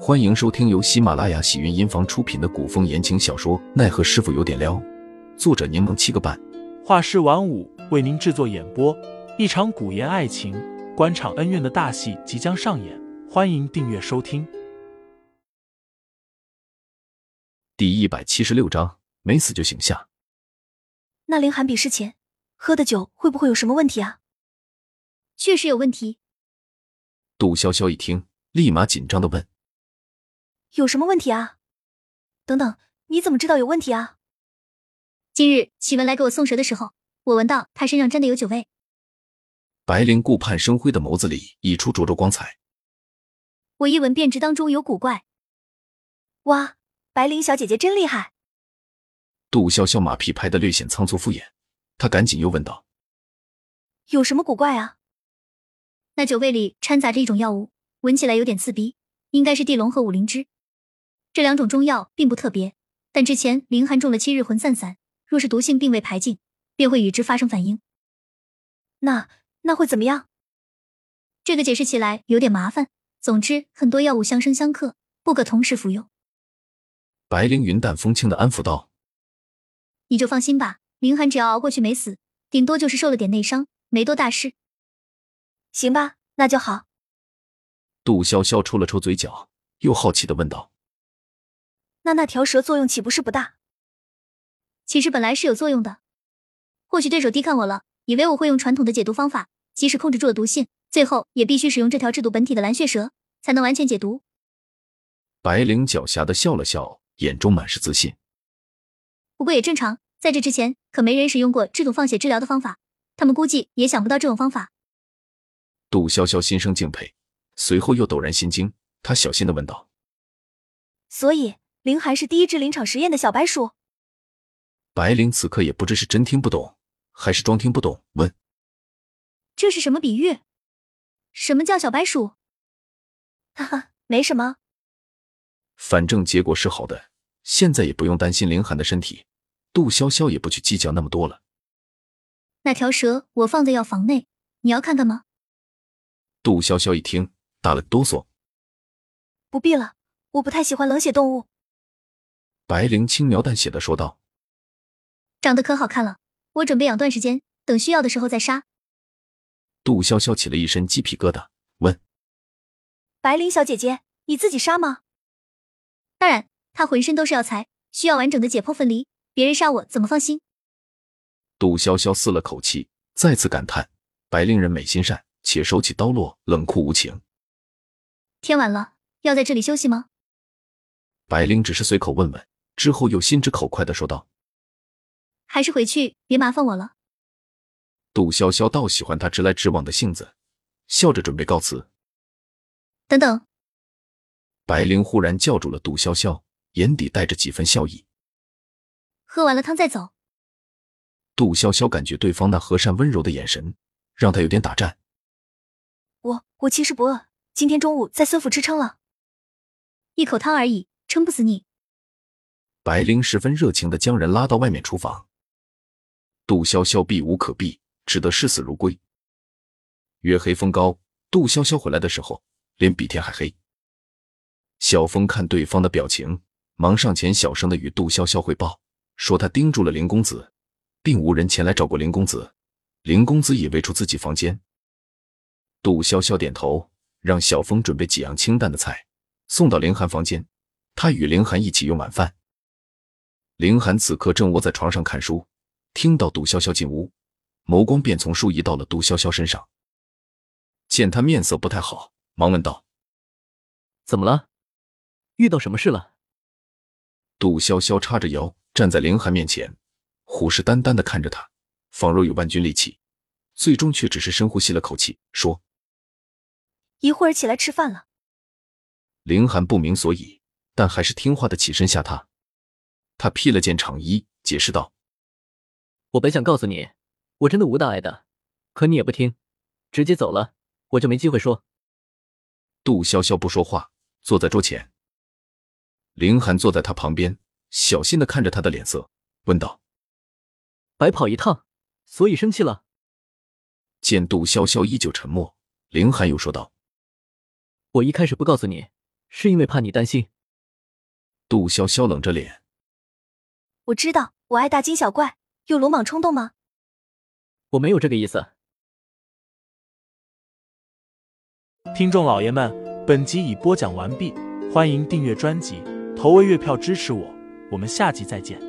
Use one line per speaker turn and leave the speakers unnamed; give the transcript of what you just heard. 欢迎收听由喜马拉雅喜云音房出品的古风言情小说《奈何师傅有点撩》，作者柠檬七个半，
画师晚舞为您制作演播。一场古言爱情、官场恩怨的大戏即将上演，欢迎订阅收听。
第一百七十六章，没死就行下。
那凌寒比试前喝的酒会不会有什么问题啊？
确实有问题。
杜潇潇一听，立马紧张的问
有什么问题啊？等等，你怎么知道有问题啊？
今日启文来给我送水的时候，我闻到他身上真的有酒味。：“
白灵顾盼生辉的眸子里溢出灼灼光彩，
我一闻便知当中有古怪。
哇，白灵小姐姐真厉害！
杜潇潇马屁拍的略显仓促敷衍，她赶紧又问道
有什么古怪啊？
那酒味里掺杂着一种药物，闻起来有点刺鼻，应该是地龙和五灵芝。这两种中药并不特别，但之前凌寒中了七日魂散散，若是毒性并未排尽，便会与之发生反应。
那那会怎么样？
这个解释起来有点麻烦。总之，很多药物相生相克，不可同时服用。：‘
白灵云淡风轻的安抚道。
你就放心吧，凌寒只要熬过去没死，顶多就是受了点内伤，没多大事。
行吧，那就好。’
杜潇潇抽了抽嘴角，又好奇的问道
那那条蛇作用岂不是不大？
其实本来是有作用的。或许对手低看我了，以为我会用传统的解毒方法，即使控制住了毒性，最后也必须使用这条制毒本体的蓝血蛇，才能完全解毒。。”
白灵狡黠的笑了笑，眼中满是自信。
不过也正常，在这之前可没人使用过制毒放血治疗的方法，他们估计也想不到这种方法。
杜潇潇心生敬佩，随后又陡然心惊，她小心的问道
所以凌寒是第一只临场实验的小白鼠。：“
白灵此刻也不知是真听不懂，还是装听不懂，问
这是什么比喻？什么叫小白鼠？
哈哈，没什么。
反正结果是好的，现在也不用担心凌寒的身体。杜潇潇也不去计较那么多了。
那条蛇我放在药房内，你要看看吗？
杜潇潇一听，打了个哆嗦。
不必了，我不太喜欢冷血动物。
白灵轻描淡写的说道
长得可好看了，我准备养段时间，等需要的时候再杀。：“
杜潇潇起了一身鸡皮疙瘩，问
白灵小姐姐，你自己杀吗？
当然，它浑身都是药材，需要完整的解剖分离，别人杀我怎么放心？
杜潇潇嘶了口气，再次感叹：白灵人美心善，且手起刀落，冷酷无情。
天晚了，要在这里休息吗？
白灵只是随口问问，之后又心直口快的说道。”
还是回去，别麻烦我了。
杜潇潇倒喜欢他直来直往的性子，笑着准备告辞。
等等，
白灵忽然叫住了杜潇潇，眼底带着几分笑意。
喝完了汤再走。
杜潇潇感觉对方那和善温柔的眼神，让她有点打颤。
我我其实不饿，今天中午在孙府吃撑了。
一口汤而已，撑不死你。
白灵十分热情地将人拉到外面厨房。杜潇潇避无可避，只得视死如归。月黑风高，杜潇潇回来的时候，脸比天还黑。小峰看对方的表情，忙上前小声地与杜潇潇汇报，说他盯住了林公子，并无人前来找过林公子。林公子已未出自己房间。杜潇潇点头，让小峰准备几样清淡的菜，送到凌寒房间。他与凌寒一起用晚饭。凌寒此刻正窝在床上看书，听到杜潇潇进屋，眸光便从书移到了杜潇潇身上。见她面色不太好，忙问道
怎么了？遇到什么事了？：“
杜潇潇叉着腰站在凌寒面前，虎视眈眈地看着他，仿若有万钧力气，最终却只是深呼吸了口气，说
一会儿起来吃饭了。：‘
凌寒不明所以，但还是听话的起身下榻。’他披了件长衣，解释道
我本想告诉你，我真的无大碍的，可你也不听，直接走了，我就没机会说。：‘
杜潇潇不说话，坐在桌前。’凌寒坐在他旁边，小心地看着他的脸色，问道。”
白跑一趟，所以生气了。
见杜潇潇依旧沉默，凌寒又说道
我一开始不告诉你，是因为怕你担心。
杜潇潇冷着脸，
我知道，我爱大惊小怪，有鲁莽冲动吗？
我没有这个意思。
听众老爷们，本集已播讲完毕，欢迎订阅专辑，投喂月票支持我，我们下集再见。